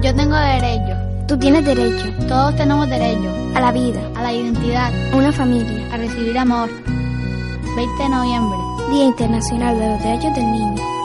derecho. Tú tienes derecho Todos tenemos derecho a la vida, a la identidad, a una familia. a recibir amor. 20 de noviembre. Día Internacional de los Derechos del Niño.